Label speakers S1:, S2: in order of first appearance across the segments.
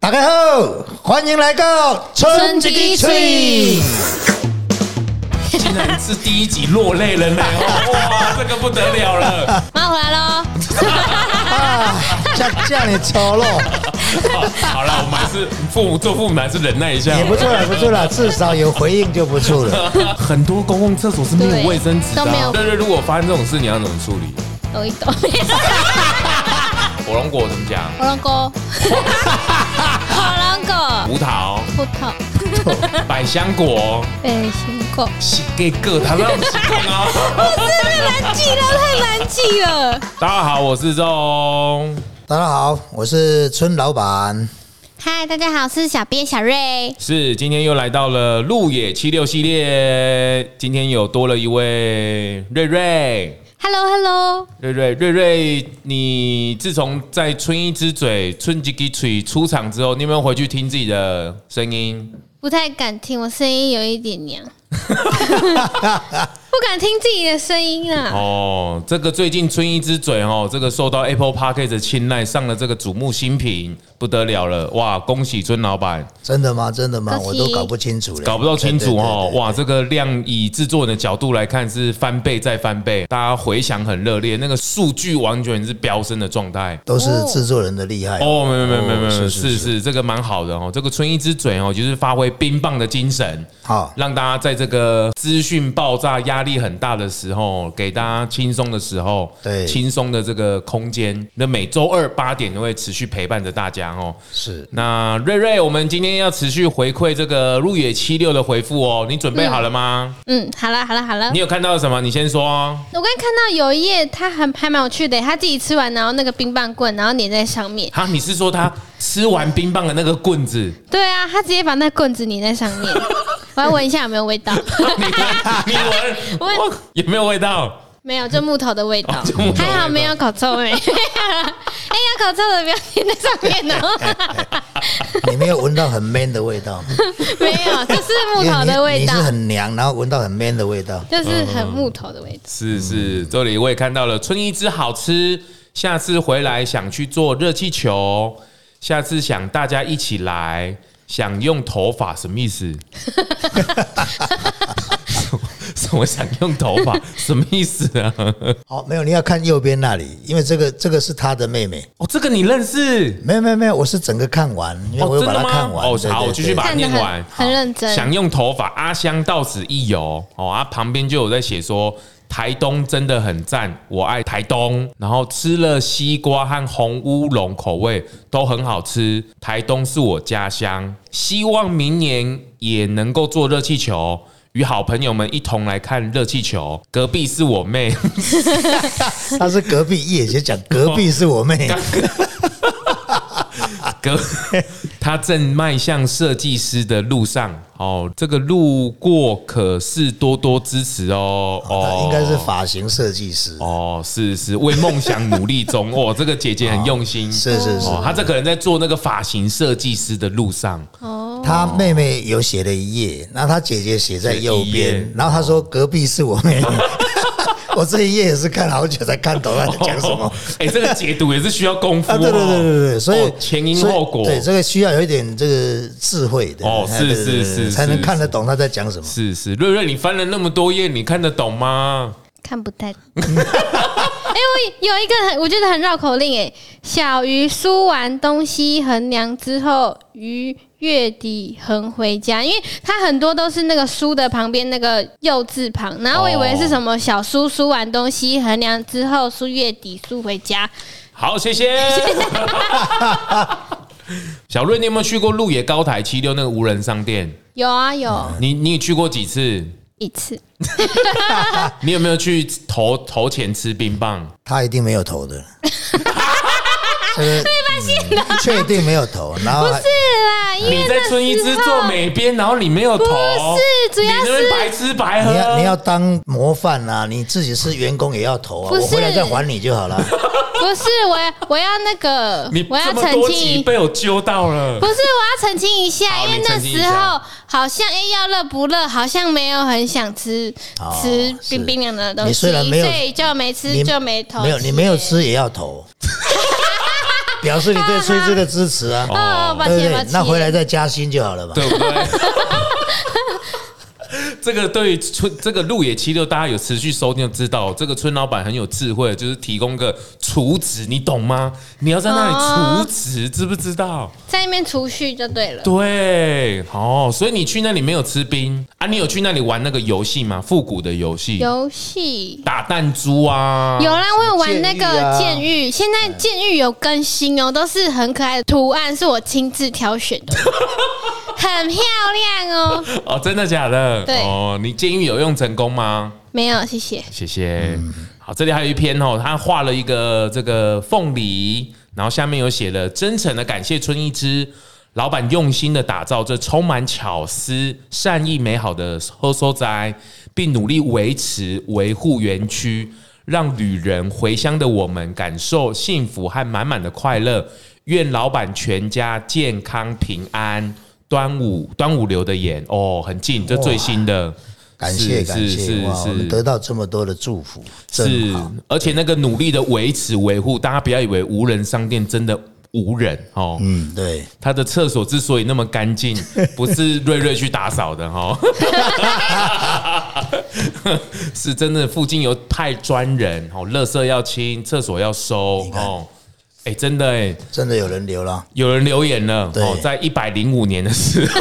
S1: 大家好，欢迎来到春之翠。
S2: 竟然是第一集落泪了呢！哦哇，这个不得了了！
S3: 妈回来喽！
S1: 啊，叫叫你丑陋，
S2: 好了，我们还是父母做父母还是忍耐一下
S1: 也。不错了，不错了，至少有回应就不错 了。
S2: 很多公共厕所是没有卫生纸的、
S3: 对都没
S2: 啊，
S3: 有
S2: 对对，如果发生这种事，你要怎么处理？
S3: 抖一抖，
S2: 火龙果怎么讲？
S3: 火龙果，火龙果，
S2: 葡 萄、
S3: 葡萄，
S2: 百香果，
S3: 北星果，
S2: 是给个他让激动 啊！
S3: 太难记了，太难记了。
S2: 大家好，我是钟。
S1: 大家好，我是春老板。
S3: 嗨，大家好，我是小编小瑞。
S2: 是，今天又来到了路野七六系列，今天有多了一位瑞瑞。
S3: Hello Hello，
S2: 瑞瑞，瑞瑞，你自从在春一之嘴、春吉吉嘴出场之后，你有没有回去听自己的声音？
S3: 不太敢听，我声音有一点娘，不敢听自己的声音啊。
S2: 哦，这个最近春一之嘴哦，这个受到 Apple Park 的青睐，上了这个瞩目新品，不得了了！哇，恭喜春老板，
S1: 真的吗？真的吗？我
S3: 恭喜
S1: 都搞不清楚了，
S2: 搞不到清楚哦
S1: 对。
S2: 哇，，这个量以制作人的角度来看是翻倍再翻倍，大家回响很热烈，那个数据完全是飙升的状态。
S1: 对对对对都是制作人的厉害。啊
S2: 哦，没有没有没有没
S1: 哎
S2: 有，
S1: 是
S2: 是
S1: 是
S2: 是这个蛮好的哦。这个春一之嘴哦，就是发挥冰棒的精神，
S1: 好，
S2: 让大家在这个资讯爆炸、压力很大的时候，给大家轻松的时候，
S1: 对
S2: 轻松的这个空间。那每周二八点都会持续陪伴着大家哦。
S1: 是
S2: 那瑞瑞，我们今天要持续回馈这个入野七六的回复哦，你准备好了吗？
S3: 嗯，好了好了好了
S2: 你，有看到什么？你先说哦。
S3: 我刚刚看到有一页，它还还蛮有趣的，他自己吃完，然后那个冰棒棍，然后粘在上面。
S2: 哈，你是说他吃完冰棒的那个棍子？
S3: 对啊，他直接把那棍子粘在上面。我要闻一下有没有味道，
S2: 你闻，你闻，
S3: 我
S2: 哇有没有味道？
S3: 没有，就木头的味道
S2: 哦就木头的味，道
S3: 还好没有烤臭 味。哎，要烤臭的不要粘在上面哦，
S1: 你没有闻到很 man 的味 道吗，
S3: 没有，就是木头
S1: 因
S3: 的
S1: 为你
S3: 味
S1: 你
S3: 道
S1: 是，很娘，然后闻到很 man 的味道。
S3: 就是很木头的味道。
S2: 是是，这里我也看到了春一枝好吃，下次回来想去做热气球，下次想大家一起来，想用头发什么意思？ 什么想用头发？什么意思啊？
S1: 好，没有，你要看右边那里，因为这个这个是他的妹妹。
S2: 哦，这个你认识？
S1: 没有没有没有，我是整个看完，因为
S2: 哦
S1: 我有把
S2: 真
S1: 它
S2: 的吗
S1: 看完。
S2: 哦
S1: 对
S2: 好
S1: 对
S2: 我继
S1: 对
S2: 续把它
S3: 看得
S2: 念完
S3: 很很认真，
S2: 想用头发，阿香到此一游哦。啊，旁边就有在写说。台东真的很赞，我爱台东。然后吃了西瓜和红乌龙口味都很好吃，台东是我家乡。希望明年也能够做热气球，与好朋友们一同来看热气球。隔壁是我妹，
S1: 他是隔壁叶姐讲，隔壁是我妹，
S2: 哥， 他正迈向设计师的路上。哦，这个路过可是多多支持哦。
S1: 她
S2: 哦，
S1: 应该是发型设计师。
S2: 哦，是是，为梦想努 力中。哦，这个姐姐很用心。
S1: 是是是，
S2: 哦，她这可能在做那个发型设计师的路上。
S1: 她妹妹有写了一页，然后她姐姐写在右
S2: 写一
S1: 边
S2: 页，
S1: 然后她说隔壁是我 妹。我这一页也是看好久才看懂她在讲什么
S2: 哦。？哎、这个解读也是需要功夫、哦
S1: 啊，对对对对对，所以
S2: 哦前因
S1: 所以
S2: 后果
S1: 对这个需要有一点这个智慧的
S2: 哦
S1: 哎
S2: 是
S1: 对对对
S2: 是是
S1: 才
S2: 是
S1: 能看得懂她在讲什么。
S2: 是是，瑞瑞，你翻了那么多页，你看得懂吗？
S3: 看不 太。哎，我有一个很我觉得很绕口令哎，小鱼梳完东西衡量之后，鱼月底横回家，因为它很多都是那个梳的旁边那个又字旁，然后我以为是什
S2: 哦
S3: 么小叔梳完东西衡量之后梳月底梳回家，
S2: 好，谢谢。小瑞，你有没有去过鹿野高台七六那个无人商店？
S3: 有啊有
S2: 你你有去过几次？
S3: 一次，
S2: 你有没有去投投钱吃冰棒？
S1: 他一定没有投 的。这个被发现了，确定没有投。然后
S3: 不是啦，啊因为
S2: 你在
S3: 那
S2: 春一
S3: 时
S2: 之
S3: 候
S2: 做美编，然后你没有投，
S3: 不是主要
S2: 你那边白吃白喝。
S1: 你要你要当模范啊，你自己是员工也要投啊，
S3: 不是
S1: 我回来再还你就好 了。
S3: 不是我我要那个
S2: 你
S3: 我要
S2: 这么
S3: 澄
S2: 多
S3: 清
S2: 集被我揪到了
S3: 不。是，我要澄清一下，
S2: 好
S3: 因为
S2: 你
S3: 那
S2: 澄清一
S3: 时
S2: 下
S3: 候好像哎、要热不热，好像没有很想吃、
S1: 哦
S3: 吃
S1: 是
S3: 冰冰凉凉的东
S1: 你
S3: 西，
S1: 虽然没有
S3: 所以就没吃，就没投。
S1: 没有，你没有，吃也要投。表示你对崔枝的支持啊，
S3: 哦， 抱
S1: 对不
S3: 歉抱
S1: 对
S3: 歉？，
S1: 那回来再加薪就好 了嘛。
S2: 对 不对？这个对于村这个路野七六，大家有持续收听就知道，这个村老板很有智慧，就是提供个储值，你懂吗？你要在那里储值，知不知道？
S3: 在那边储蓄就对了。
S2: 对，哦，所以你去那里没有吃冰啊？你有去那里玩那个游戏吗？复古的游戏，
S3: 游戏
S2: 打弹珠啊，
S3: 有啦，我有玩那个
S1: 监
S3: 监狱，现在
S2: 嗯
S3: 监狱有更新哦，都是很可爱的图案，是我亲自挑选 的，很漂亮哦。
S2: 哦，真的假的？
S3: 对
S2: 哦，你监狱有用成功吗？
S3: 没有，谢谢。
S2: 谢谢。
S1: 嗯
S2: 好，这里还有一篇哦，他画了一个这个凤梨，然后下面有写了真诚的感谢春一枝老板用心的打造这充满巧思、善意美好的喝收斋，并努力维持维护园区，让旅人回乡的我们感受幸福和满满的快乐。愿老板全家健康平安。端午端午流的眼哦，很近，这最新的。
S1: 感谢
S2: 是
S1: 感
S2: 是
S1: 谢
S2: 是
S1: 哇，我
S2: 是
S1: 们得到这么多的祝福，真
S2: 是
S1: 好。，
S2: 而且那个努力的维持维护，大家不要以为无人商店真的无人哦。
S1: 嗯，对，
S2: 他的厕所之所以那么干 净，不是瑞瑞去打扫的哦， 是真的附近有派专人哦，垃圾要清，厕所要收哦。哎、真的哎、
S1: 真的有人留了。
S2: 有人留言了
S1: 对
S2: 哦，在一百零五年的时候，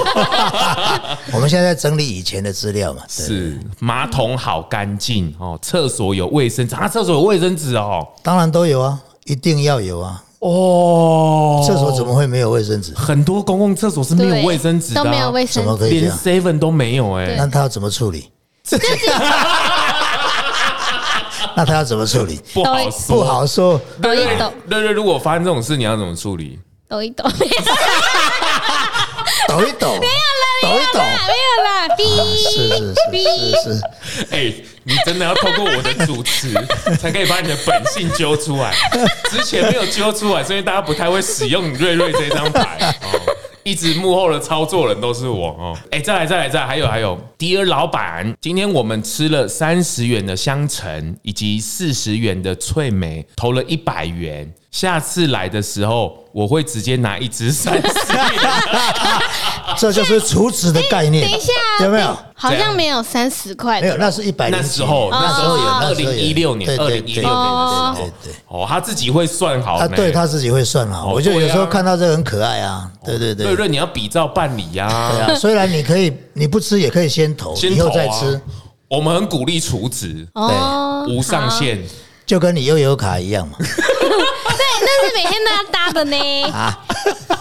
S1: 我们现在在整理以前的资料嘛，对
S2: 是马桶好干净哦，厕所有卫生纸，啊，厕所有卫生纸哦，
S1: 当然都有啊，一定要有啊。
S2: 哦，
S1: 厕所怎么会没有卫生纸？
S2: 很多公共厕所是没
S3: 对
S2: 有卫生纸的啊、
S3: 都没有卫
S1: 怎
S3: 生
S1: 么
S3: 纸，
S1: 可以这
S2: 连
S1: 样？
S2: seven 都没有哎、
S3: 对
S1: 那他要怎么处理？那他要怎么处理？
S2: 不好说，
S1: 不。好说，
S3: 抖一抖，
S2: 瑞瑞，如果发生这种事，你要怎么处理？
S3: 抖 一抖，没有啦，
S1: 抖一抖，抖一抖，
S3: 没有啦，哔
S1: 是是是是是，
S2: 哎、你真的要透过我的主持，才可以把你的本性揪出来。之前没有揪出来，是因为大家不太会使用瑞瑞这张牌。哦一直幕后的操作人都是我哦，哎、再来再来再来，还有还有，迪尔老板，今天我们吃了三十元的香橙以及四十元的脆梅，投了一百元，下次来的时候我会直接拿一支三十元。
S1: 这就是除值的概念。
S3: 等一下，
S1: 有没有？
S3: 好
S2: 怎
S3: 像
S2: 样
S3: 没有三十块
S1: 没
S3: 的，
S1: 有，那是一百
S2: 那
S1: 零
S2: 时候那
S1: 那
S2: 时
S1: 时候
S2: 候
S1: 有，
S2: 二
S1: 那时候
S2: 零
S1: 有
S2: 一六年，
S1: 对
S2: 二
S1: 对
S2: 零
S1: 对
S2: 一六年的时候，
S1: 对对对。
S2: 哦，他自己会算好
S1: 他
S2: 呢，
S1: 对他自己会算好，
S2: 哦
S1: 我就有时
S2: 对
S1: 候
S2: 啊
S1: 看到这个很可爱啊，对对
S2: 瑞
S1: 对，对
S2: 瑞，你要比照办理呀，
S1: 啊，虽然你可以你不吃也可以先投，
S2: 先
S1: 以
S2: 投
S1: 后
S2: 啊
S1: 再吃，。
S2: 我们很鼓励储值，
S3: 哦，
S2: 无上
S3: 好，
S2: 限。
S1: 就跟你悠游卡一样嘛。
S3: 对，那是每天都要搭的呢。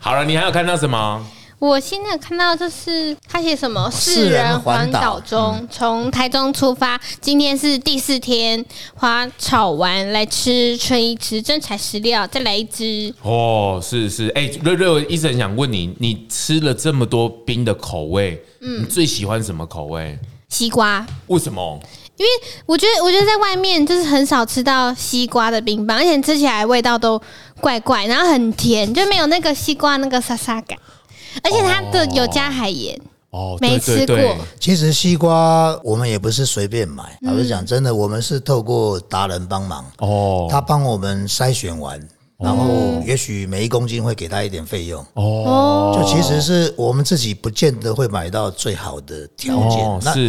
S2: 好了，你还有看到什么？
S3: 我现在有看到就是他写什么
S1: 四人
S3: 四人环
S1: 环
S3: 岛
S1: 岛
S3: 中，从台中出发，今天是第四天，花炒完来吃春一只真材实料，再来一只。
S2: 哦，是是，哎，瑞瑞，我一直很想问你，你吃了这么多冰的口味，
S3: 嗯
S2: 你最喜欢什么口味？
S3: 西瓜，
S2: 为什么？
S3: 因为我觉得，我觉得在外面就是很少吃到西瓜的冰棒，而且吃起来味道都怪怪，然后很甜，就没有那个西瓜那个沙沙感。而且它的有加海盐，
S2: 哦，
S3: 没吃
S2: 对对
S3: 过
S2: 对
S1: 其实西瓜我们也不是随便买，老实讲，真的，我们是透过达人帮忙，
S2: 嗯哦，
S1: 他帮我们筛选完，然后也许每一公斤会给他一点费用。
S2: 哦，
S1: 就其实是我们自己不见得会买到最好的条
S2: 哦
S1: 件，，那嗯
S2: 是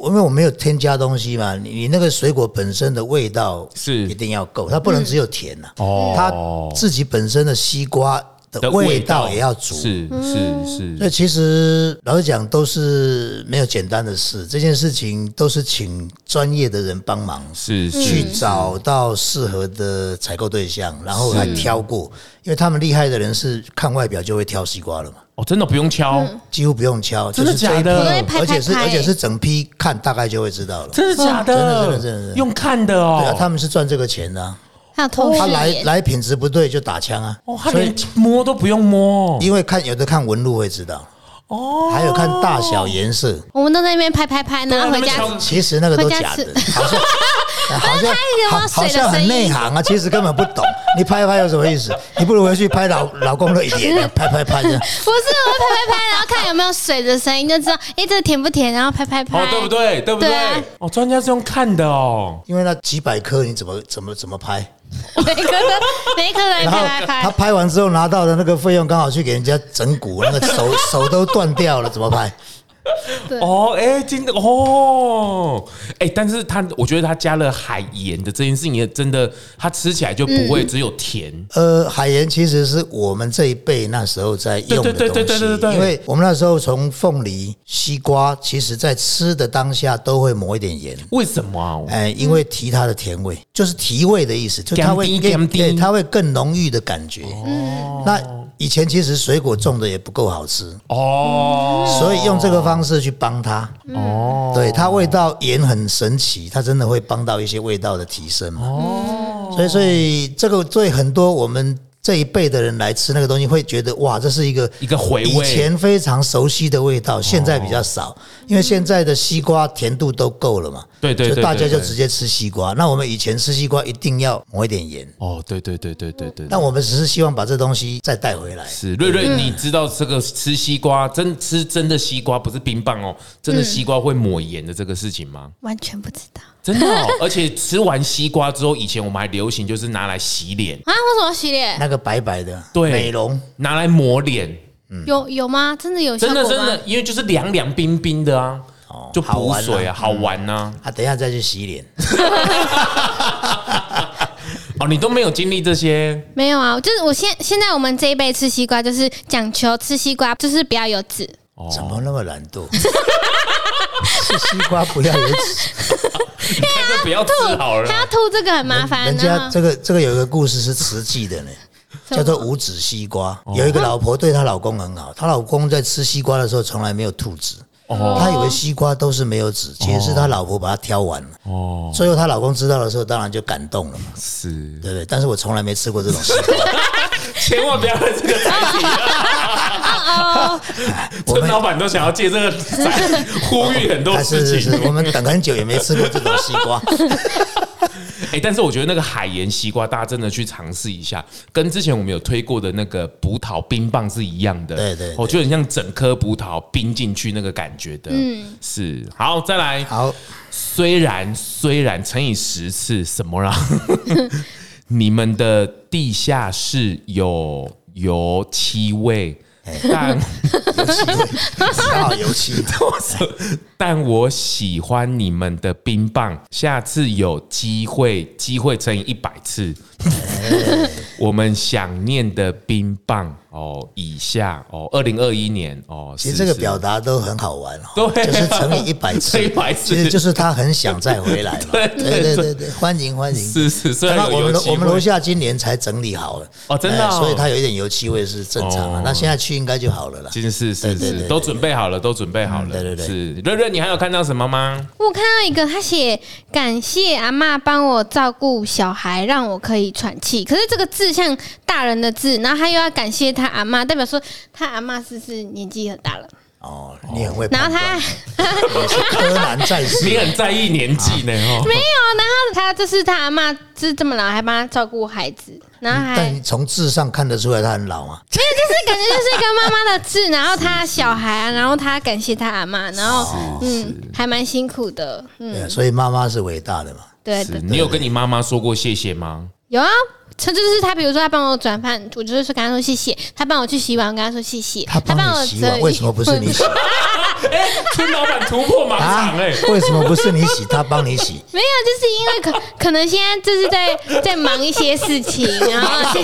S1: 因为我没有添加东西嘛，你你那个水果本身的味道
S2: 是嗯
S1: 一定要够，它不能只有甜呐、
S2: 哦
S1: 它自己本身的西瓜的
S2: 的
S1: 味道也要足。
S2: 是
S3: 嗯
S2: 是是，
S1: 所以其实老实讲，都是没有简单的事，这件事情都是请专业的人帮忙。
S2: 是
S1: 去
S2: 去
S1: 找到适合的采购对象，然后来挑过，因为他们厉害的人是看外表就会挑西瓜了嘛，
S2: 哦，真的不用敲，
S3: 嗯
S1: 几乎不用敲，
S2: 真的
S1: 就是这
S2: 假
S1: 一
S2: 的
S1: 批
S2: 我都
S3: 会拍
S1: 而且是
S3: 拍拍
S1: 而且是整批看大概就会知道了。
S2: 真的假
S1: 哦真的
S2: 的？
S1: 真的真的真的
S2: 用看的
S1: 对啊，
S2: 哦，
S1: 他们是赚这个钱的啊、
S3: 还有同
S1: 他
S3: 事
S1: 来
S3: 盐，
S1: 来品质不对就打枪啊，
S2: 哦，他
S1: 所以
S2: 连摸都不用摸
S1: 因为看有的看纹路会知道，
S2: 哦，
S1: 还有看大小颜色，
S3: 我们都在那边拍拍拍，然后回家
S2: 对啊那边敲
S1: 其实那个都假
S3: 回
S1: 的
S3: 家，
S1: 好 像。好像
S3: 有
S1: 好
S3: 要水
S1: 好
S3: 的
S1: 像很
S3: 声音
S1: 内行啊，其实根本不懂。你拍一拍有什么意思？你不如回去拍老老公的脸 啊，拍拍拍这样。
S3: 不是，我会拍拍拍，然后看有没有水的声音，就知道，哎、这甜不甜，然后拍拍拍，
S2: 哦，对不？对？对不对
S3: 对啊？
S2: 哦，专家是用看的哦，
S1: 因为那几百颗你怎么怎么怎么拍？
S3: 每一颗都每一颗都一
S1: 然后
S3: 拍来
S1: 他
S3: 拍，啊
S1: 拍完之后拿到的那个费用刚好去给人家整骨，那个 手手都断掉了，怎么拍？
S2: 哦，哎、真的哦，哎、但是它，我觉得它加了海盐的这件事情，也真的，它吃起来就不会只有甜。
S1: 呃，海盐其实是我们这一辈那时候在用的东西，
S2: 对对对对对对对
S1: 因为我们那时候从凤梨、西瓜，其实在吃的当下都会抹一点盐。
S2: 为什么啊？
S1: 哎，因为提它的甜味，就是提味的意思，就它会
S2: 甘甜
S1: 更
S2: 甘甜
S1: 对，它会更浓郁的感觉。那以前其实水果种的也不够好吃，
S2: 哦，
S1: 所以用这个方式去帮它。
S2: 哦，
S1: 对，它味道盐很神奇，它真的会帮到一些味道的提升嘛。哦，所以所以这个对很多我们这一辈的人来吃那个东西，会觉得哇，这是一个
S2: 一个回
S1: 以
S2: 味。哦
S1: 前非常熟悉的味道，现在比较少，因为现在的西瓜甜度都够了嘛。
S2: 对对对
S1: 就大家
S2: 对
S1: 就
S2: 对
S1: 直接吃西瓜。那我们以前吃西瓜一定要抹一点盐，
S2: 哦，对对对对对对
S1: 但我们只是希望把这东西再带回来。
S2: 是瑞瑞，你知道这个吃西瓜真吃真的西瓜不是冰棒哦，真的西瓜会抹盐的这个事情吗？
S3: 完全不知道
S2: 真的哦，而且吃完西瓜之后，以前我们还流行就是拿来洗脸，
S3: 啊！为什么洗脸？
S1: 那个白白的，
S2: 对
S1: 美容
S2: 拿来抹脸，
S1: 嗯
S3: 有有吗？真的有效
S2: 真
S3: 果吗？
S2: 的真的，因为就是凉凉冰冰的啊，就补水啊，好玩呐、
S1: 哦啊，等一下再去洗脸。
S2: 哦，你都没有经历 这些
S3: 没有啊，就是我现现在我们这一辈吃西瓜，就是讲求吃西瓜就是不要有籽，
S2: 哦，
S1: 怎么那么懒惰？吃西瓜不要有籽
S2: 干脆不要吃
S3: 吐
S2: 好了
S3: 还。要吐这个很麻烦啊
S1: 人家
S3: 呢。
S1: 这个这个有一个故事是慈济的呢，叫
S3: 什么
S1: 做无籽西瓜。
S2: 哦
S1: 有一个老婆对她老公很好，她老公在吃西瓜的时候从来没有吐籽。
S2: 哦
S1: 她以为西瓜都是没有籽，其实是她老婆把它挑完了。
S2: 哦，
S1: 最后她老公知道的时候，当然就感动了嘛，
S2: 是，
S1: 对不对？但是我从来没吃过这种西 瓜，
S2: 千万不要这个产品。
S3: 哦，
S1: 我
S2: 村
S1: 们
S2: 老板都想要 借这个展呼吁很多
S1: 还是
S2: 事
S1: 是
S2: 情
S1: 是，。我们等很久也没吃过这种西瓜。
S2: 哎、但是我觉得那个海盐西瓜，大家真的去尝试一下，跟之前我们有推过的那个葡萄冰棒是一样的。
S1: 对对对
S2: 我觉得很像整颗葡萄冰进去那个感觉的。嗯，是。 好，再来。
S1: 好，
S2: 虽然虽然乘以十次什么啦？ 你们的地下室有油漆味，
S1: 哎
S2: 但
S1: 刚好油漆。
S2: 但我喜欢你们的冰棒，下次有机会，机会乘以一百次。
S1: 哎
S2: 我们想念的冰棒哦，以下哦，二零二一年哦，
S1: 其实这个
S2: 是
S1: 表达都很好玩哦，
S2: 对啊
S1: 就是乘以一百次，
S2: 乘以100次
S1: 其实就是他很想再回来嘛。
S2: 对对
S1: 对对
S2: 对
S1: 对对，欢迎欢迎。
S2: 是是，虽然
S1: 那
S2: 有
S1: 我们
S2: 油
S1: 楼
S2: 漆
S1: 我们
S2: 味
S1: 楼下今年才整理好了
S2: 哦真的哦
S1: 哎所以它有一点油漆味是正常的啊
S2: 哦。
S1: 那现在去应该就好了啦。
S2: 其实是是
S1: 对对
S2: 是，
S1: 对
S2: 都准备好了，都准备好
S1: 嗯
S2: 了。
S1: 对对对
S2: 是瑞瑞，你还有看到什么吗？
S3: 我看到一个，他写感谢阿嬷帮我照顾小孩，让我可以喘气。可是这个字像大人的字，然后他又要感谢他阿嬷，代表说他阿嬷是不是年纪很大了？
S1: 哦，你很会
S3: 然
S1: 判
S3: 后
S1: 断，
S3: 他
S1: 你是啊柯南战士。
S2: 你很在意年纪呢哦，
S3: 没有，然后他就是他阿嬷是这么老，还帮他照顾孩子， 然后还
S1: 嗯但你从字上看得出来他很老啊，
S3: 没有，就是感觉就是一个妈妈的字，然后他小孩啊，然后他感谢他阿嬷，然后嗯，还蛮辛苦的，嗯，
S1: 对，所以妈妈是伟大的嘛。
S3: 对
S2: 是
S3: 的，
S2: 你有跟你妈妈说过谢谢吗？
S3: 有啊。这就是他，比如说他帮我转饭，我就是说跟他说谢谢；他帮我去洗碗，我跟他说谢谢；
S1: 他帮
S3: 帮我
S1: 你洗碗，
S3: 折
S1: 为什么不是你洗
S2: 哎，村老板突破盲
S1: 啊
S2: 肠哎，？
S1: 为什么不是你洗？他帮你洗，
S3: 没有，就是因为可可能现在就是在在忙一些事情，然后谢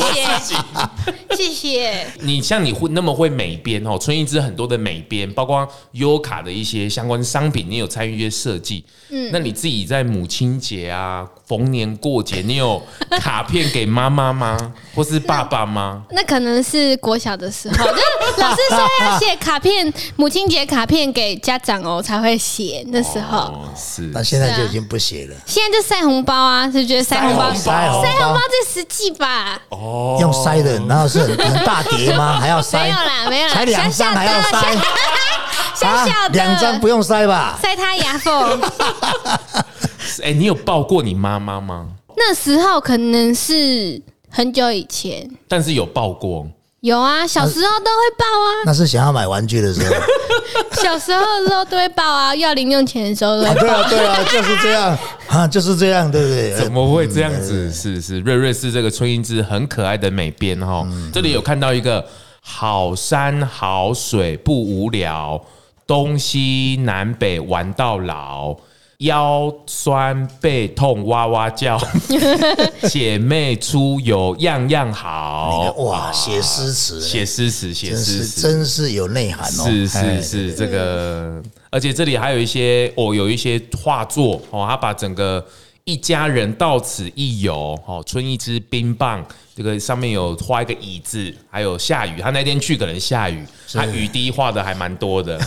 S3: 谢谢谢。
S2: 你像你会那么会美编哦，春一枝很多的美编，包括优卡的一些相关商品，你有参与一些设计。嗯，那你自己在母亲节啊、逢年过节，你有卡片给妈妈吗？或是爸爸吗？
S3: 那可能是国小的时候， 就是老师说要写卡片，母亲节卡片给家长哦，才会写。那时候，
S2: 哦，是
S1: 那现在
S3: 是
S1: 就
S3: 啊
S1: 已经不洗了。哦
S3: 现在就塞红包啊，是觉得塞红包，
S1: 塞红包
S3: 塞红包最实际吧？
S2: 哦
S1: 用塞的，然后是很很大叠 吗？还要塞？
S3: 没有啦，没有啦，
S1: 才两张还要塞？啊
S3: 小小的，小小的，
S1: 两张不用塞吧？
S3: 塞他 牙缝。
S2: 哎、你有抱过你妈妈吗？
S3: 那时候可能是很久以前，
S2: 但是有抱过，
S3: 有啊，
S1: 呃
S3: 小时候都会抱 啊，
S1: 那是想要买玩具的时候。
S3: 小时候的时候都会抱啊，要零用钱的时候都
S1: 啊
S3: 会
S1: 对
S3: 抱。
S1: 啊，对啊，就是这 样啊，就是这样，对不对？
S2: 怎么会这样子？是是，瑞瑞是这个春英之很可爱的美编哈。嗯这里有看到一个好山好水不无聊，东西南北玩到老，腰酸背痛哇哇 叫，姐妹出游样样好。
S1: 哎哇，写诗词，
S2: 哦啊写诗词，写
S1: 真
S2: 诗
S1: 是
S2: 词，
S1: 真是有内涵哦。
S2: 是
S1: 哎
S2: 是是，这个，而且这里还有一些哦，有一些画作哦，他把整个一家人到此一游哦，春一支冰棒，这个上面有画一个椅子，还有下雨，他那天去可能下雨，他雨滴画的还蛮多的，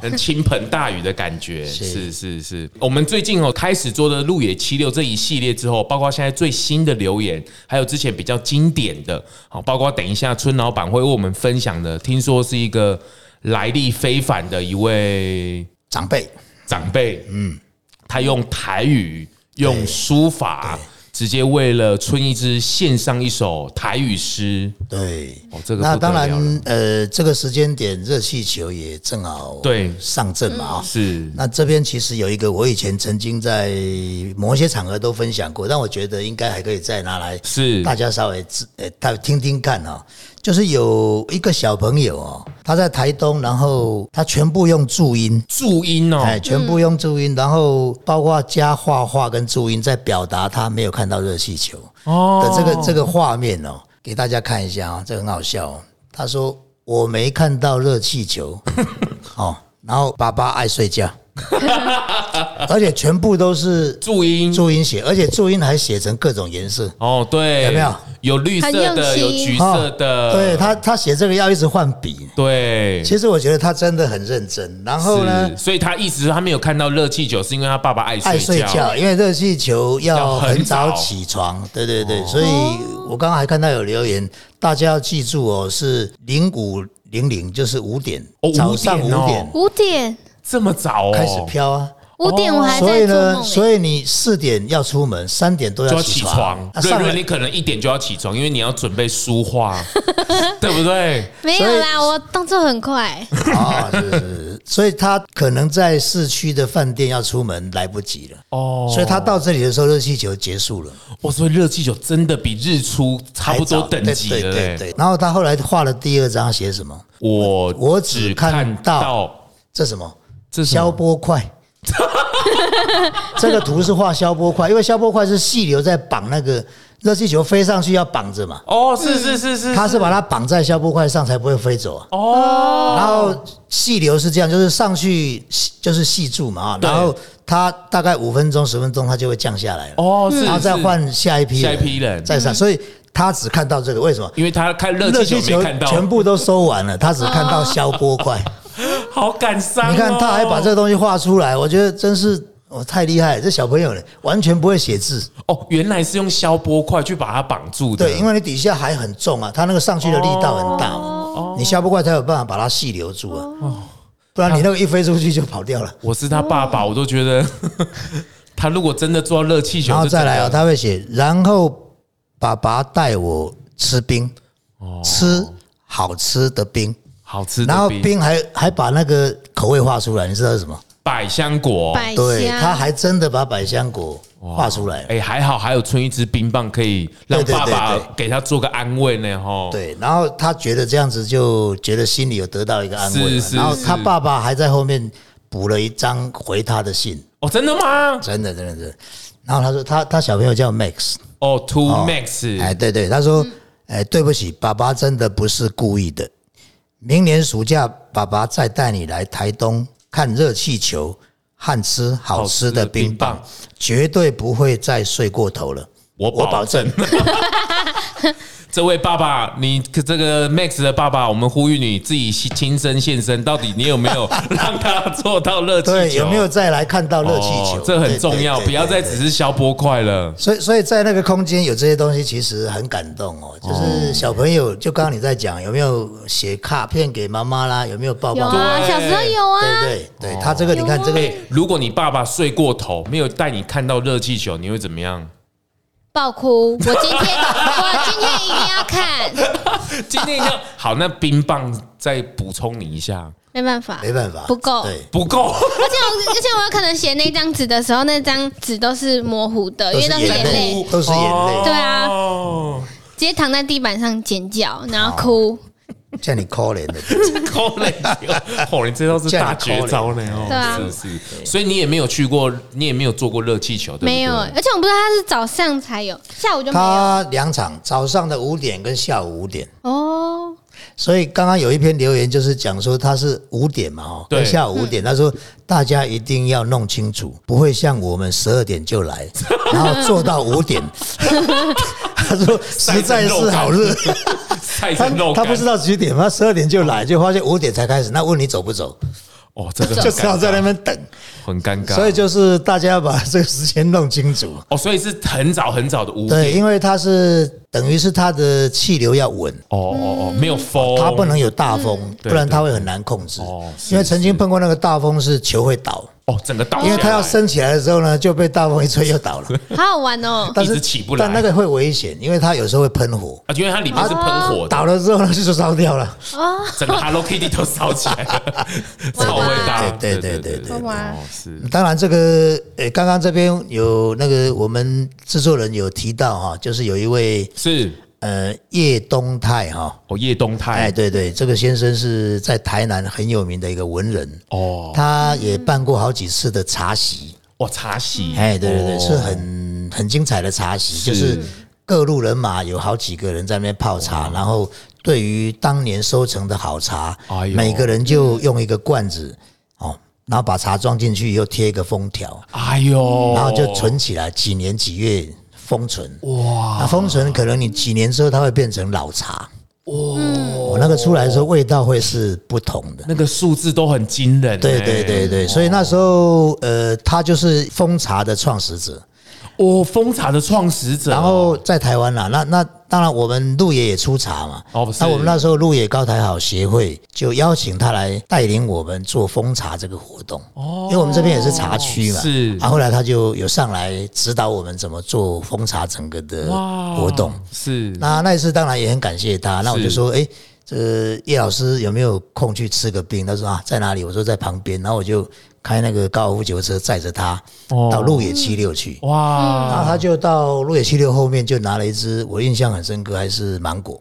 S2: 很倾盆大雨的感 觉，是是是。我们最近哦开始做的路野七六这一系列之后，包括现在最新的留言，还有之前比较经典的，好，包括等一下村老板会为我们分享的，听说是一个来历非凡的一位
S1: 长辈，
S2: 长辈，嗯，他用台语用书法。直接为了春一枝献上一首台语诗，
S1: 对，
S2: 哦这个
S1: 那
S2: 不得
S1: 当然
S2: 了了，
S1: 呃，这个时间点热气球也正好
S2: 对嗯
S1: 上阵嘛啊。
S2: 是
S1: 那这边其实有一个，我以前曾经在某些场合都分享过，但我觉得应该还可以再拿来
S2: 是
S1: 大家稍微知呃，他听听看啊、就是有一个小朋友哦，他在台东，然后他全部用注音，
S2: 注音哦，
S1: 哎，全部用注音，然后包括加画画跟注音，在表达他没有看到热气球的这个这个画面哦，给大家看一下啊、这很好笑、哦。他说我没看到热气 球，哦，然后爸爸爱睡觉， 而且全部都是
S2: 注音
S1: 注音写，而且注音还写成各种颜色。
S2: 哦，对，
S1: 有没有
S2: 有绿色
S3: 很用
S2: 的，
S3: 心
S2: 有橘色的？
S1: 哦对他，他写这个要一直换笔。
S2: 呃对，
S1: 其实我觉得他真的很认真。然后呢
S2: 是，，所以他一直他没有看到热气球，是因为他爸爸爱
S1: 爱睡
S2: 觉。
S1: 觉，因为热气球
S2: 要
S1: 要
S2: 很
S1: 很早
S2: 早哦
S1: 起床。对对对，所以我刚刚还看到有留言，大家要记住哦，是零五零零，就是五点
S2: 哦，
S1: 早上五
S2: 5点哦
S1: 点
S3: 五点，
S2: 这么早哦，
S1: 开始飘啊。
S3: 五点我还
S1: 所
S3: 在
S1: 以
S3: 做
S1: 呢，
S3: 梦欸。
S1: 所以你四点要出门，三点都
S2: 就
S1: 要
S2: 要
S1: 起
S2: 起
S1: 床
S2: 床。。
S1: 啊
S2: 瑞
S1: 上
S2: 瑞，
S1: 来
S2: 你可能一点就要起床，因为你要准备书画， 对不对？
S3: 欸没有啦，我动作很快。
S1: 啊，是是是，所以他可能在市区的饭店要出门来不及了。
S2: 哦，
S1: 所以他到这里的时候，热气球结束了，
S2: 我说哦热气球真的比日出差不多
S1: 还早
S2: 等级
S1: 对
S2: 了
S1: 对对
S2: 嘞。
S1: 对。然后他后来画了第二张，写什么？
S2: 我
S1: 我只看到这什么？
S2: 这是
S1: 消波块。这个图是画消波块，因为消波块是细流在绑那个热气球飞上去要绑着嘛，
S2: 哦，是是是是，
S1: 它是把它绑在消波块上才不会飞走啊。
S2: 哦，
S1: 然后细流是这样，就是上去就是细柱嘛啊，
S2: 对
S1: 然后它大概五分钟十分钟它就会降下来了，
S2: 哦，是
S1: 然后再
S2: 是
S1: 换下一批
S2: 下
S1: 人
S2: 一批人，
S1: 再上，所以他只看到这个，为什么？
S2: 因为他看热
S1: 热
S2: 气
S1: 气
S2: 球
S1: 球
S2: 没看到，
S1: 全部都收完了，他只看到消波块。
S2: 好感伤哦。
S1: 你看他还把这个东西画出来，我觉得真是我、哦太厉害了，这小朋友呢完全不会写字，
S2: 哦，原来是用消波块去把它绑住的。
S1: 对，因为你底下还很重啊，他那个上去的力道很大嘛，
S3: 哦
S1: 你消波块才有办法把它细留住啊，不然你那个一飞出去就跑掉了。
S2: 我是他爸爸，我都觉得 他如果真的做到热气球，
S1: 然后
S2: 就真
S1: 再
S2: 的
S1: 来哦，他会写，然后爸爸带我吃冰，吃好哦吃的冰，
S2: 好吃
S1: 然后
S2: 的冰
S1: 冰还还把那个口味画出来，你知道是什么？
S2: 百香果。
S3: 百
S1: 哦对，
S3: 香
S1: 他还真的把百香果画出来了。
S2: 哎，还好还有春一支冰棒可以让
S1: 对对
S2: 爸
S1: 对
S2: 爸
S1: 对
S2: 给他做个安慰呢，吼。
S1: 对，然后他觉得这样子就觉得心里有得到一个安慰嘛，
S2: 是是
S1: 然后他
S2: 是
S1: 爸爸还在后面补了一张回他的信，
S2: 哦，真的吗？
S1: 真的真的真的。然后他说他他小朋友叫 Max，
S2: 哦，Two
S1: 哦
S2: Max，
S1: 哎对对，他说哎对不起，爸爸真的不是故意的，明年暑假爸爸再带你来台东看热气球和吃好吃的冰棒
S2: 好吃，
S1: 绝对不会再睡过头了，
S2: 我
S1: 我
S2: 保
S1: 保
S2: 证
S1: 证。
S2: 这位爸爸，你这个 Max 的爸爸，我们呼吁你自己亲身现身，到底你有没有 让他做到热气 球？
S1: 对，有没有再来看到热气
S2: 哦
S1: 球？
S2: 这
S1: 对
S2: 很重要，不要再。
S1: 对对对
S2: 只是消波块了。
S1: 所以，所以在那个空间有这些东西，其实很感动哦。就是小朋友，就刚刚你在讲，有没有写卡片给妈妈啦？有没有抱
S3: 有
S1: 抱？
S3: 啊，
S2: 对
S3: 小时候有啊，
S1: 对对对，他这个你看，
S2: 哎
S3: 有啊
S1: 这个
S2: 如果你爸爸睡过头，没有带你看到热气球，你会怎么样？
S3: 爆哭。我今天我今天一定要 看，
S2: 今天要好，那冰棒再补充你一下，
S3: 没办法，
S1: 没办法，
S3: 不够。
S1: 对，
S2: 不够。
S3: 而且我而且我有可能写那张纸的时候，那张纸都是模糊的，因为都是眼泪，
S1: 都是眼泪，
S3: 对啊
S2: 哦，
S3: 直接躺在地板上尖
S1: 嗯
S3: 叫，然后哭。
S1: 像你可怜的，
S2: 扣了一个， 哦，你这招是大绝招呢，哦，
S3: 对啊
S2: 是是，所以你也没有去过，你也没有做过热气球，对不对
S3: 没有，而且我不知道他是早上才有，下午就没有。
S1: 他两场，早上的五点跟下午五点。
S3: 哦，
S1: 所以刚刚有一篇留言就是讲说他是五点嘛，哦，
S2: 对
S1: 跟下午五
S3: 嗯
S1: 点，他说大家一定要弄清楚，不会像我们十二点就 来，然后做到五点。他说实在是好热，
S2: 菜
S1: 他
S2: 成肉
S1: 他
S2: 干，
S1: 不知道几点，他十二点就来，就发现五点才开始，那问你走不走，
S2: 哦，这个
S1: 就只好在那
S2: 边
S1: 边等。
S2: 很尴尬，
S1: 所以就是大家要把这个时间弄清楚。
S2: 哦，所以是很早很早的五
S1: 对，
S2: 点，
S1: 因为它是等于是它的气流要稳，
S2: 哦哦哦，没有风，
S1: 它不能有大风，
S2: 对
S1: 不然它会很难控制
S2: 对哦。
S1: 因为曾经碰过那个大风，是球会倒，
S2: 哦，整个倒下来，
S1: 因为它要升起来的时候呢，就被大风一吹又 倒了。
S3: 好好玩哦。
S1: 但
S2: 一
S1: 是
S2: 直起不来
S1: 但那个会危险，因为它有时候会喷火，啊
S2: 啊，因为它里面是喷火的，
S1: 倒了之后呢就烧掉了。
S2: 整个 Hello Kitty 都烧起来了，超会大，
S1: 对对对对
S3: 对对
S2: 哦，是
S1: 当然，这个呃，刚刚这边有那个我们制作人有提到哈，就是有一位
S2: 是
S1: 呃叶东泰哈，
S2: 哦，叶东
S1: 哎，
S2: 泰
S1: 对对，这个先生是在台南很有名的一个文人，
S2: 哦，
S1: 他也办过好几次的茶席，
S2: 哇，茶席，
S1: 哎，对对对，
S2: 哦
S1: 是很很精彩的茶席，
S2: 是
S1: 就是各路人马有好几个人在那边泡
S2: 哦
S1: 茶，然后对于当年收成的好茶
S2: 哎，呦
S1: 每个人就用一个罐子哦，然后把茶装进去，又贴一个封条，
S2: 哎呦，
S1: 然后就存起来，几年几月封存。
S2: 哇
S1: 那封存可能你几年之后它会变成老茶，
S2: 哦
S1: 哦
S2: 哇，
S1: 我那个出来的时候味道会是不同的。
S2: 那个数字都很惊人，欸
S1: 对对对，
S2: 哎
S1: 对，所以那时候呃，他就是封茶的创始者，
S2: 哦，蜂茶的创始者，
S1: 然后在台湾啦，那那当然我们鹿野也出茶嘛，
S2: 哦是
S1: 那我们那时候鹿野高台好协会就邀请他来带领我们做封茶这个活动，哦，因为我们这边也是茶区嘛，
S2: 是
S1: 啊，后来他就有上来指导我们怎么做封茶整个的
S2: 哇
S1: 活动，
S2: 是
S1: 那那一次当然也很感谢他，那我
S2: 是
S1: 就说，哎，这个叶老师有没有空去吃个冰？他说啊，在哪里？我说在旁边，然后我就开那个高尔夫球车载着他
S2: 哦
S1: 到鹿野七六去。然后
S2: 哇，
S1: 他就到鹿野七六后面就拿了一只，我印象很深刻，还是芒果。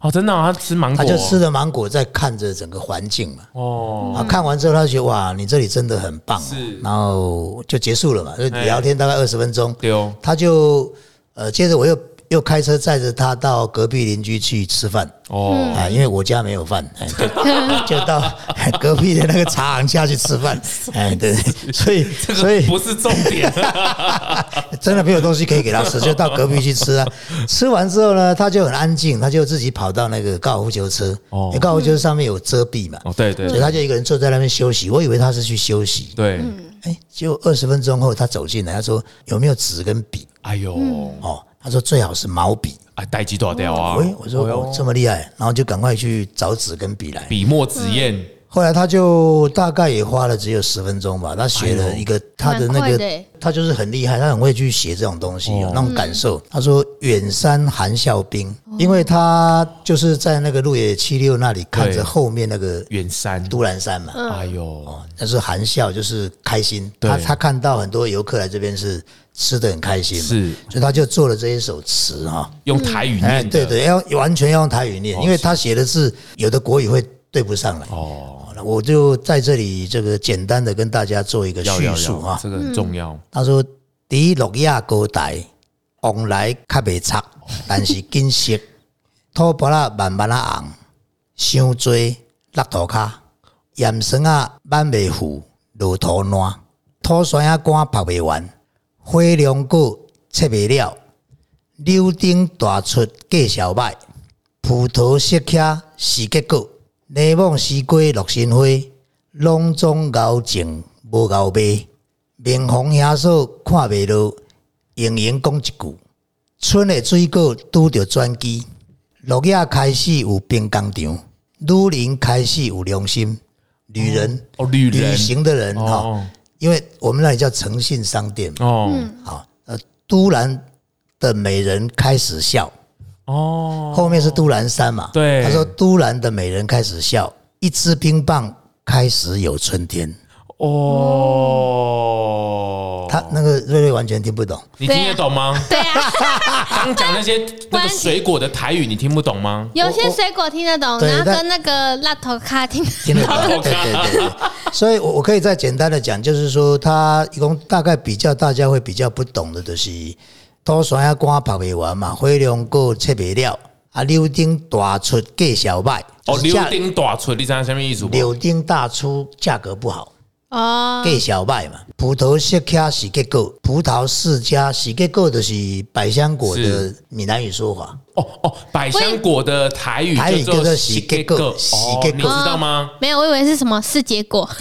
S2: 哦，真的哦，他吃芒
S1: 啊他
S2: 果，
S1: 就吃着芒果，在看着整个环境嘛。
S2: 哦，
S1: 啊，看完之后他就觉得哇，你这里真的很棒哦。
S2: 是哎
S1: 然后就结束了嘛，就聊天大概二十分钟。
S2: 对哦，
S1: 他就呃，接着我又又开车载着他到隔壁邻居去吃饭。
S2: 哦，
S1: 啊，因为我家没有饭，哎， 就就到 隔壁的那个茶行家去吃饭，哎，对，所以
S2: 这
S1: 所以
S2: 个不是重点，
S1: 真的没有东西可以给他吃， 就到隔壁去吃啊。吃完之后呢，他就很安静，他就自己跑到那个高尔夫球车，
S2: 哦
S1: 因为高尔夫球车上面有遮蔽嘛，
S2: 哦，对
S1: 所
S2: 对
S1: 以他就一个人坐在那边休息。我以为他是去休息，
S2: 对，
S1: 哎，结果二十分钟后他走进来，他说有没有纸跟笔？
S2: 哎呦，
S1: 哦，他说最好是毛笔。
S2: 啊，代机多少掉啊？
S1: 喂，我说
S2: 哎呦
S1: 哦这么厉害，然后就赶快去找纸跟笔来。
S2: 笔墨纸砚，
S1: 后来他就大概也花了只有十分钟吧，他写了一个他的那
S3: 蛮快
S1: 个
S3: 的欸，
S1: 他就是很厉害，他很会去写这种东西，
S2: 哦
S1: 有那种感
S3: 嗯
S1: 受。他说远山含笑冰，
S3: 哦
S1: 因为他就是在那个鹿野七六那里看
S2: 对
S1: 着后面那个
S2: 远山，
S1: 都兰山
S3: 嗯
S1: 嘛，
S2: 哎呦，
S1: 那是含笑，就是开心。
S2: 对
S1: 他他看到很多游客来这边是吃的很开心嘛，
S2: 是
S1: 所以他就做了这一首词哈。
S2: 用台语
S1: 哎，
S2: 念的，
S1: 对对，要完全要用台语念，因为他写的字有的国语会对不上来。
S2: 哦，
S1: 好了，我就在这里这个简单的跟大家做一个
S2: 要
S1: 叙
S2: 要
S1: 述
S2: 要，
S1: 啊
S2: 这。个很重要，
S1: 他说：“伫诺亚高台，往来较袂差，
S2: 哦
S1: 但是景 色土巴拉慢慢啊红，伤多落涂骹，盐酸啊挽袂糊，落土烂，土酸啊干拍袂完，火龙果切袂了，柳丁大出价小歹，葡萄色卡是结果，柠檬西瓜落新花，拢总熬情无熬卖。明红遐嫂看袂落，盈盈讲一句：春的水果拄着转机，落叶开始有兵工厂，女人开始有良心，女人、
S2: 哦，旅
S1: 旅
S2: 人，
S1: 行的人哈、
S2: 哦
S1: 因为我们那里叫诚信商店嘛，
S2: 哦，
S1: 好、呃，都兰的美人开始笑，
S2: 哦，
S1: 后面是都兰山嘛。
S2: 对
S1: 他说都兰的美人开始笑，一支冰棒开始有春天。
S2: 哦，
S1: 嗯他那个瑞瑞完全听不懂，
S2: 你听得懂吗？
S3: 对 啊，
S2: 刚讲那些那个水果的台语，你听不懂吗？
S3: 有些水果听得懂，
S1: 对
S3: 然后
S1: 但
S3: 跟那个辣头卡听得
S1: 听得 懂。
S2: 哦
S1: 对对对对。所以我我可以再简单的讲，就是说他一共大概比较大家会比较不懂的，就是土山啊瓜拍不完嘛，火龙果切不了啊，柳丁大出价小卖。
S2: 哦，
S1: 就是
S2: 柳
S1: 价
S2: 丁大出，你知道什么意思不？
S1: 柳丁大出价格不好。
S3: 哦，
S1: 计小卖嘛，葡萄释迦是结果，葡萄释迦是结果，就是百香果的
S2: 是
S1: 闽南语说法。
S2: 哦哦，百香果的台语
S1: 台语
S2: 叫
S1: 叫做
S2: 喜
S1: 喜
S2: 结
S1: 结
S2: 果
S1: 果
S2: 哦
S1: 喜，结
S2: 你知
S1: 果
S2: 道吗？
S3: 没有，我以为是什么是结果，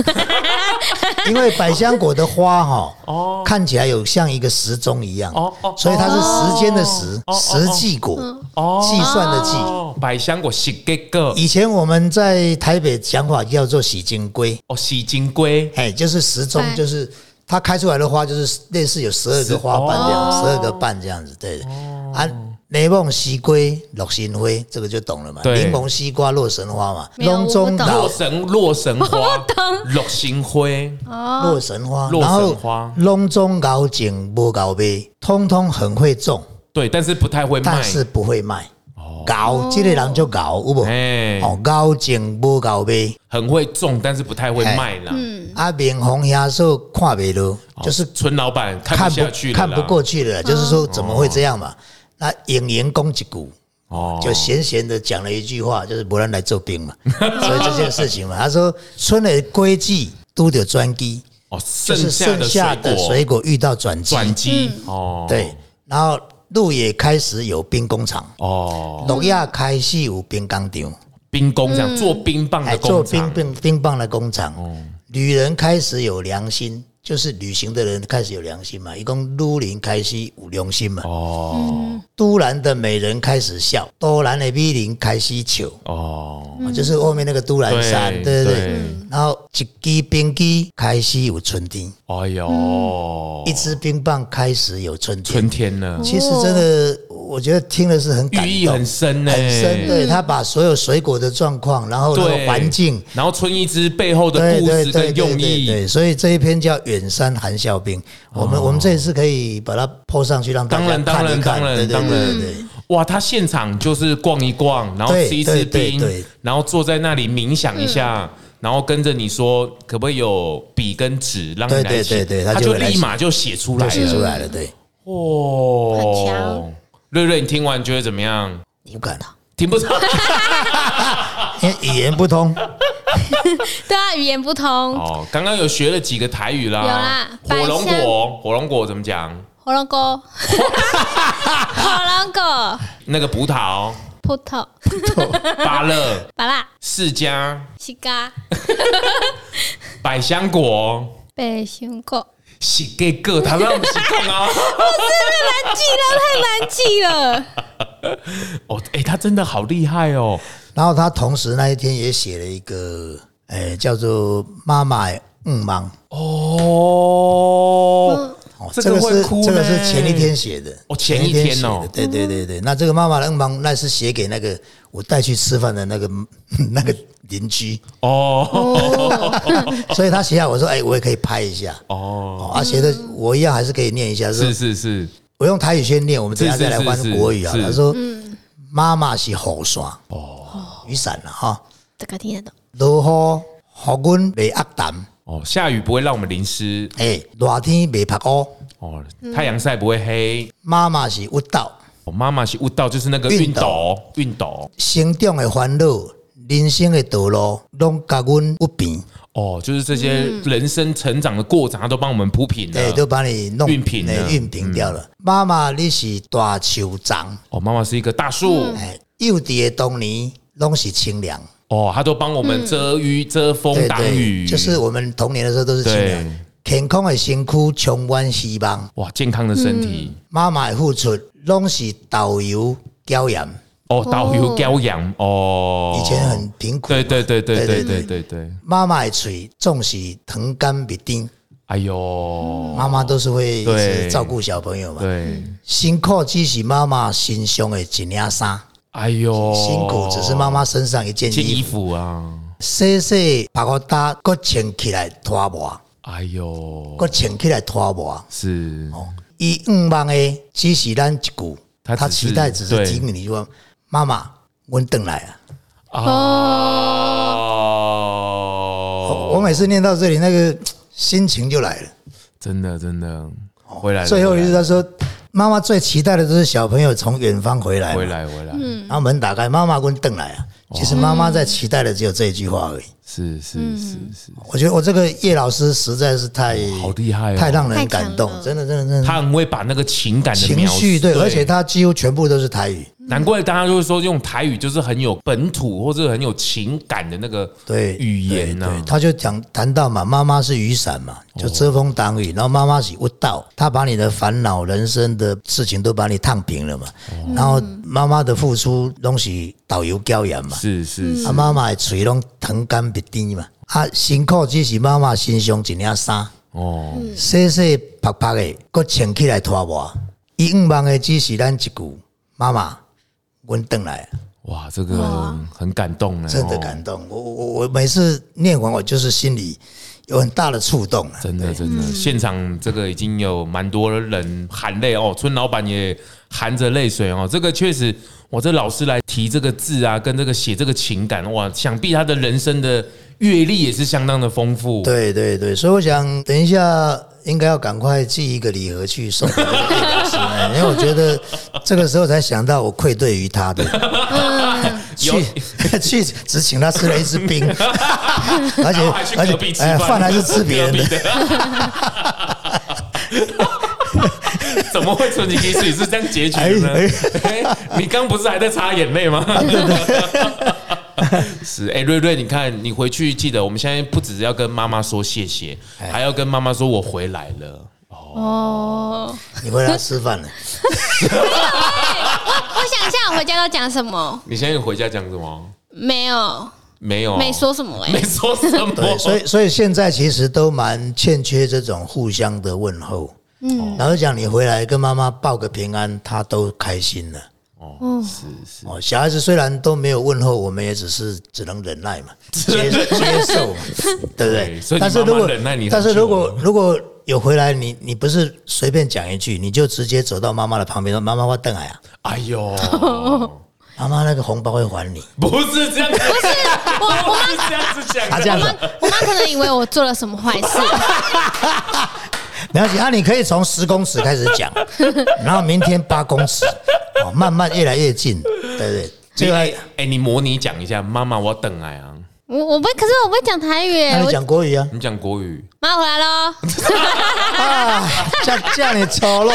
S1: 因为百香果的花哈、
S2: 哦
S1: 看起来有像一个时钟一样，
S2: 哦哦
S1: 所以它是时间的时，
S2: 哦哦
S1: 时计果，
S2: 哦
S1: 计算的计。
S2: 哦，百香果喜结果
S1: 以前我们在台北讲法叫做喜金龟，
S2: 哦，喜金龟
S1: 哎，就是时钟
S3: 哎，
S1: 就是它开出来的花，就是类似有十二
S2: 十
S1: 个花瓣这样，
S2: 哦
S1: 十二个瓣这样子，对的。啊，雷梦西龟、落心灰，这个就懂了嘛。
S2: 对
S1: 柠檬、西瓜、洛神花嘛，
S3: 没有
S1: 龙中
S3: 我不懂
S2: 洛
S1: 岛、
S2: 神洛神花，洛神灰
S1: 洛神花，
S2: 洛
S1: 然
S2: 神
S1: 后
S2: 花
S1: 龙中高井、波高杯，通通很会种，
S2: 对，但是不太会卖哦
S1: 但。是不会卖。高，这个人就高，有无？
S2: 哎，
S1: 哦，高井、波高杯，
S2: 很会种，但是不太会
S1: 哎
S2: 卖啦。
S3: 嗯
S1: 啊，明红遐说看不落，
S2: 哦
S1: 就是
S2: 村老板看
S1: 看
S2: 不
S1: 不
S2: 下去了啦，
S1: 看不过去了，就是说怎么会这样嘛？那演员攻击股
S2: 哦，
S1: 就闲闲的讲了一句话，就是不然来做兵嘛， 所以这件事情嘛，他说村的规矩都得专机，
S2: 哦，
S1: 就
S2: 剩
S1: 是
S2: 下
S1: 剩
S2: 的
S1: 下的水
S2: 水果
S1: 果遇到转机，
S2: 转机哦，
S1: 对，然后路也开始有兵工厂，
S2: 哦，
S1: 农亚开始有兵工厂，
S2: 冰工厂做冰棒的
S1: 还哎做
S2: 工
S1: 冰
S2: 厂，
S1: 冰冰棒的工厂，
S2: 哦
S1: 女人开始有良心。就是旅行的人开始有良心嘛，一共撸林开始有良心嘛，
S2: 哦
S1: 都兰的美人开始笑，都兰的美人开始笑，
S2: 哦，
S1: 就是后面那个都兰山，对对
S2: 对对
S1: 对。然后一支冰机开始有春天，
S2: 哎呦，
S1: 一支冰棒开始有春天。
S2: 春天了，
S1: 其实真的，我觉得听了是很感
S2: 寓意
S1: 动，
S2: 很深呢，
S1: 很深。对他把所有水果的状况，然后那
S2: 对
S1: 个环境，，
S2: 然后春一枝背后的
S1: 对
S2: 故
S1: 对
S2: 事
S1: 对
S2: 跟
S1: 对
S2: 用
S1: 对
S2: 意，
S1: 对，所以这一篇叫《远山含笑冰》，我们我们这一次可以把它泼上去，让大
S2: 当
S1: 家
S2: 然当
S1: 看
S2: 然
S1: 一看。
S2: 当然
S1: 对对
S2: 当然
S1: 对对对。
S2: 哇，他现场就是逛一逛，然后
S1: 对
S2: 吃一吃
S1: 对
S2: 冰
S1: 对对，嗯
S2: 然后坐在那里冥想一下，然后跟着你说可不可以有笔跟纸让你
S1: 对
S2: 来
S1: 对对
S2: 写
S1: 对
S2: 他
S1: 他
S2: 就
S1: 就会来
S2: 立马就写出来
S1: 就写出
S2: 了。
S1: 来了，对，
S3: 很
S2: 哦
S3: 强，
S2: 瑞瑞，你听完觉得怎么样？
S1: 无感，
S2: 听 不懂，
S1: 因为语言不通。
S3: 对啊，语言不通，
S2: 哦，刚刚有学了几个台语啦，
S3: 有啦
S2: 火龙
S3: 百香
S2: 果，火龙果怎么讲？
S3: 火龙果，火龙果，
S2: 那个 葡萄、哦
S3: 葡萄，
S2: 芭乐、
S3: 巴拉，
S2: 释迦、
S3: 西瓜，
S2: 百香果、
S3: 北熊果，
S2: 喜给个，他让我们起动啊！
S3: 难记了，太难记了。
S2: 哦，哎，他真的好厉害哦！
S1: 然后他同时那一天也写了一个，呃，叫做“妈妈的嗯忙
S2: 哦，”，
S1: 哦，
S2: 这个会
S1: 是
S2: 哭呢
S1: 这个是前一天写的，
S2: 哦前一天哦
S1: 写的对对对对。那这个“妈妈的嗯忙”那是写给那个我带去吃饭的那个那个邻居，
S2: 哦
S1: 所以他写下我说，哎，我也可以拍一下。
S2: 哦，
S1: 哦，啊，写的我一样还是可以念一下，
S2: 是
S1: 是
S2: 是是，
S1: 我用台语先念，我们等一下
S2: 是是
S1: 再来翻
S2: 是是
S1: 国语啊。
S2: 是
S1: 他说：“妈妈是雨伞，哦，雨伞了哈，
S3: 这个听得懂，
S1: 落雨雨阮袂压淡，
S2: 哦，下雨不会让我们淋湿，
S1: 哎，热天袂晒乌。”
S2: 哦，太阳晒不会黑。
S1: 妈妈是有道，
S2: 我妈妈是悟道，就是那个
S1: 熨
S2: 熨
S1: 斗
S2: 斗，熨斗
S1: 成长的烦恼、人生的道路，拢甲阮有平，
S2: 哦，就是这些人生成长的过程，她都帮我们铺平
S1: 对，
S2: 了。
S1: 哎都把你弄
S2: 熨平了嗯
S1: 哎熨平掉了。妈妈，你是大树长，
S2: 哦，妈妈是一个大树，
S1: 哎，幼稚的童年拢是清凉，
S2: 哦，她都帮我们遮雨、遮风、挡雨，
S1: 就是我们童年的时候都是清
S2: 对
S1: 凉。健康的身躯充满希望，
S2: 哇，健康的身体。
S1: 妈妈的付出拢是导游教养。
S2: 哦，导游骄阳哦，
S1: 以前很贫苦嘛，
S2: 对对对对对
S1: 对
S2: 对对对，
S1: 妈妈的嘴总是糖甘蜜甜，
S2: 哎呦，
S1: 妈妈都是会一
S2: 对
S1: 直照顾小朋友嘛。
S2: 对，
S1: 辛苦只是妈妈心胸的一领衫，
S2: 哎呦，
S1: 辛苦只是妈妈身上一件
S2: 件衣
S1: 衣服，
S2: 服啊，
S1: 洗洗把我搭，搁穿起来拖磨，
S2: 哎呦，
S1: 搁穿起来拖磨。
S2: 是
S1: 哦伊五望的只是咱一句，
S2: 他
S1: 他
S2: 只是
S1: 期待只是
S2: 对
S1: 提醒你说：“妈妈，我等来啊了。
S2: 啊哦，
S1: 我每次念到这里，那个心情就来了。
S2: 真的真的回来了，
S1: 哦最后一
S2: 回
S1: 句
S2: 来
S1: 他说：“妈妈最期待的就是小朋友从远方回来
S2: 了
S1: 嘛。
S2: 回来回来，
S3: 嗯
S1: 然后门打开，妈妈跟邓来啊。
S2: 哦
S1: 其实妈妈在期待的只有这一句话而已。
S2: 是是是是，
S1: 我觉得我这个叶老师实在是太
S2: 好厉害哦，
S1: 太让人
S3: 太
S1: 感
S3: 强
S1: 动，
S3: 了
S1: 真的真的真的。
S2: 他很会把那个情感的
S1: 情
S2: 描述
S1: 绪对，而且他几乎全部都是台语。
S2: 难怪大家就会说用台语就是很有本土或者很有情感的那个
S1: 对
S2: 语言啊哦呐、
S1: 对对他就讲谈到嘛，妈妈是雨伞嘛，就遮风挡雨，然后妈妈是悟道，她把你的烦恼、人生的事情都把你烫平了嘛，
S2: 哦
S1: 然后妈妈的付出东西导游教养嘛，
S2: 是是是
S1: 啊，妈妈的嘴拢藤干鼻滴嘛，啊，辛苦只是妈妈身上一领衫，
S2: 哦，
S1: 洗洗拍拍的，搁穿起来拖磨，伊五望的只是咱一句妈妈，阮等来
S2: 哦
S1: 了。
S2: 哇，这个很感动呢，
S1: 真的
S2: 哦
S1: 感动。我我我我每次念完，我就是心里有很大的触动啊。
S2: 真的真的，现场这个已经有蛮多人含泪哦，村老板也含着泪水哦。这个确实，我这老师来提这个字啊，跟这个写这个情感，哇，想必他的人生的阅历也是相当的丰富。
S1: 对对对，所以我想等一下应该要赶快寄一个礼盒去送给这个叶老师，哎因为我觉得这个时候才想到我愧对于他的。去 去只请他吃了一支 冰，而
S2: 然后还去
S1: 且而
S2: 隔
S1: 且
S2: 壁吃饭
S1: 哎，饭还是吃别人的
S2: 隔。壁 怎么会存进去水是这样结局的呢？哎你刚不是还在擦眼泪 吗？ 是哎，瑞瑞，你看，你回去记得，我们现在不只是要跟妈妈说谢谢，
S1: 哎
S2: 还要跟妈妈说我回来了。
S3: 哦，
S1: 你回来吃饭了，
S3: 我想一下，我回家都讲什么？
S2: 你现在回家讲什么？
S3: 没有，
S2: 没有，
S3: 没，说什么哎、
S2: 没说什么。
S1: 对，所以所以现在其实都蛮欠缺这种互相的问候。嗯，然后讲你回来跟妈妈报个平安，她都开心了。
S2: 哦，是是，
S1: 哦，小孩子虽然都没有问候，我们也只是只能忍 耐嘛，接接受嘛，对不
S2: 对
S1: 对？
S2: 所以你
S1: 但是
S2: 妈妈
S1: 如果
S2: 忍耐你很
S1: 但是
S2: 久
S1: 如
S2: 哦
S1: 果
S2: 了
S1: 如果有回来，你你不是随便讲一句，你就直接走到妈妈的旁边说：“妈妈，我等来啊，
S2: 哎 呦，
S1: 妈妈那个红包会还 你。
S2: 不是这样，
S3: 不是我，
S2: 不
S3: 我
S2: 是这样子讲的，
S1: 啊这样
S3: 妈，我妈可能以为我做了什么坏事，
S1: 没关系，啊，你可以从十公尺开始 讲，然后明天八公尺，哦，慢慢越来越近，对不对？
S2: 你
S1: 最后
S2: 哎
S1: 还、
S2: 哎你模拟讲一下，妈妈我等来啊，
S3: 我我不，可是我不会讲台语、
S1: 那
S3: 欸，
S1: 你
S3: 我
S1: 讲国语啊？
S2: 你讲国语，
S3: 妈我回来喽，
S1: 啊，这样这样你丑 陋。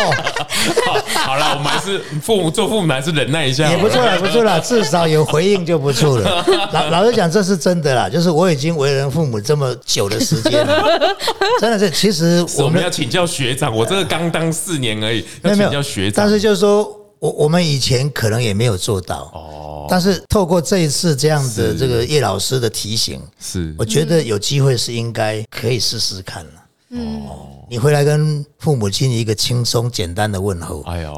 S2: 好，好了，我们还是父母做父母还是忍耐一下，
S1: 也不错啦，不错啦，至少有回应就不错 了。老老实讲，这是真的啦，就是我已经为人父母这么久的时间了， 真的是，其实
S2: 是
S1: 我
S2: 我
S1: 们
S2: 们要请教学长，我这个刚当四年而已，
S1: 没
S2: 要
S1: 有没
S2: 请
S1: 有
S2: 教学长，
S1: 但是就是说我我们以前可能也没有做到哦，但是透过这一次这样的
S2: 是嗯
S1: 这个叶老师的提醒，
S2: 是
S1: 我觉得有机会是应该可以试试看了。嗯，你回来跟父母亲一个轻松简单的问候，
S2: 哎呦。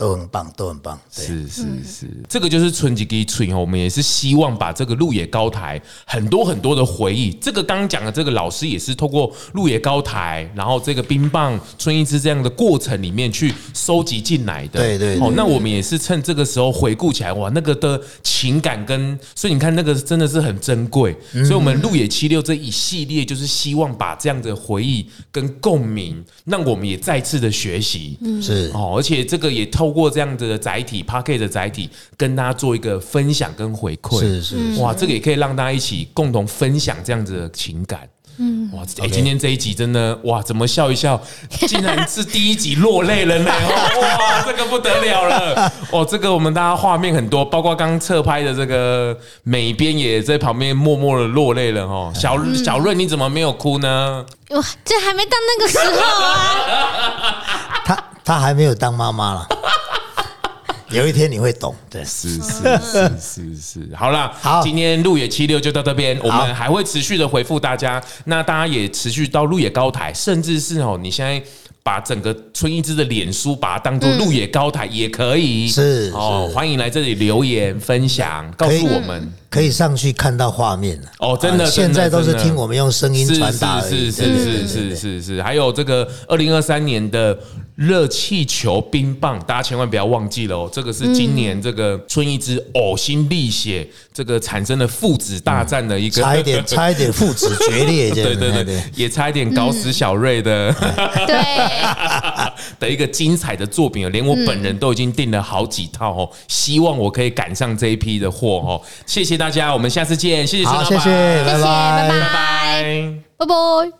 S1: 都很棒，都很棒。对。
S2: 是是是，这个就是春吉给春我们也是希望把这个路野高台很多很多的回忆，这个刚刚讲的这个老师也是透过路野高台，然后这个冰棒春一枝这样的过程里面去收集进来的。
S1: 对对对
S2: 哦，那我们也是趁这个时候回顾起来，哇，那个的情感跟，所以你看那个真的是很珍贵。
S1: 嗯
S2: 所以我们路野七六这一系列就是希望把这样的回忆跟共鸣，让我们也再次的学习。
S1: 是
S2: 哦，而且这个也透过这样的载体 p a c k e t 的载体，跟大家做一个分享跟回馈。
S1: 是是
S2: 哇，这个也可以让大家一起共同分享这样子的情感。嗯，哇，哎、今天这一集真的哇，怎么笑一 笑，竟然是第一集落泪了呢！哦哇，这个不得了了！哦，这个我们大家画面很多，包括刚刚侧拍的这个美编也在旁边默默的落泪了哦。小小润，你怎么没有哭呢？
S3: 哇，这还没到那个 时候啊，
S1: 他他还没有当妈妈了。有一天你会懂。对，
S2: 是是是是是，好啦，
S1: 好
S2: 嗯今天路野七六就到这边，我们还会持续的回复大家，那大家也持续到路野高台，甚至是哦，你现在。把整个春一枝的脸书，把它当做路野高台也可以，
S1: 嗯是
S2: 哦，
S1: 是
S2: 欢迎来这里留言分享，告诉我们
S1: 可以上去看到画面了。
S2: 哦真的
S1: 啊
S2: 真的
S1: 现在都是
S2: 真的
S1: 听我们用声音
S2: 是
S1: 传达而已。
S2: 是是
S1: 对对
S2: 是是是是是，还有这个二零二三年的热气球冰棒，大家千万不要忘记了哦，这个
S1: 嗯
S2: 是今年这个春一枝呕心沥血这个产生的父子大战的一个，
S1: 嗯差一 点，差一点父子决裂，这
S2: 对
S1: 样
S2: 对
S1: 哎
S2: 对，也差一点搞死小瑞的。
S1: 嗯
S3: 对，
S2: 的一个精彩的作品哦，连我本人都已经订了好几套哦，希望我可以赶上这一批的货哦。谢谢大家，我们下次见，谢谢孙
S1: 好，
S2: 老
S1: 谢
S2: 板，
S1: 谢，
S3: 谢谢，拜
S2: 拜拜。
S3: 拜拜。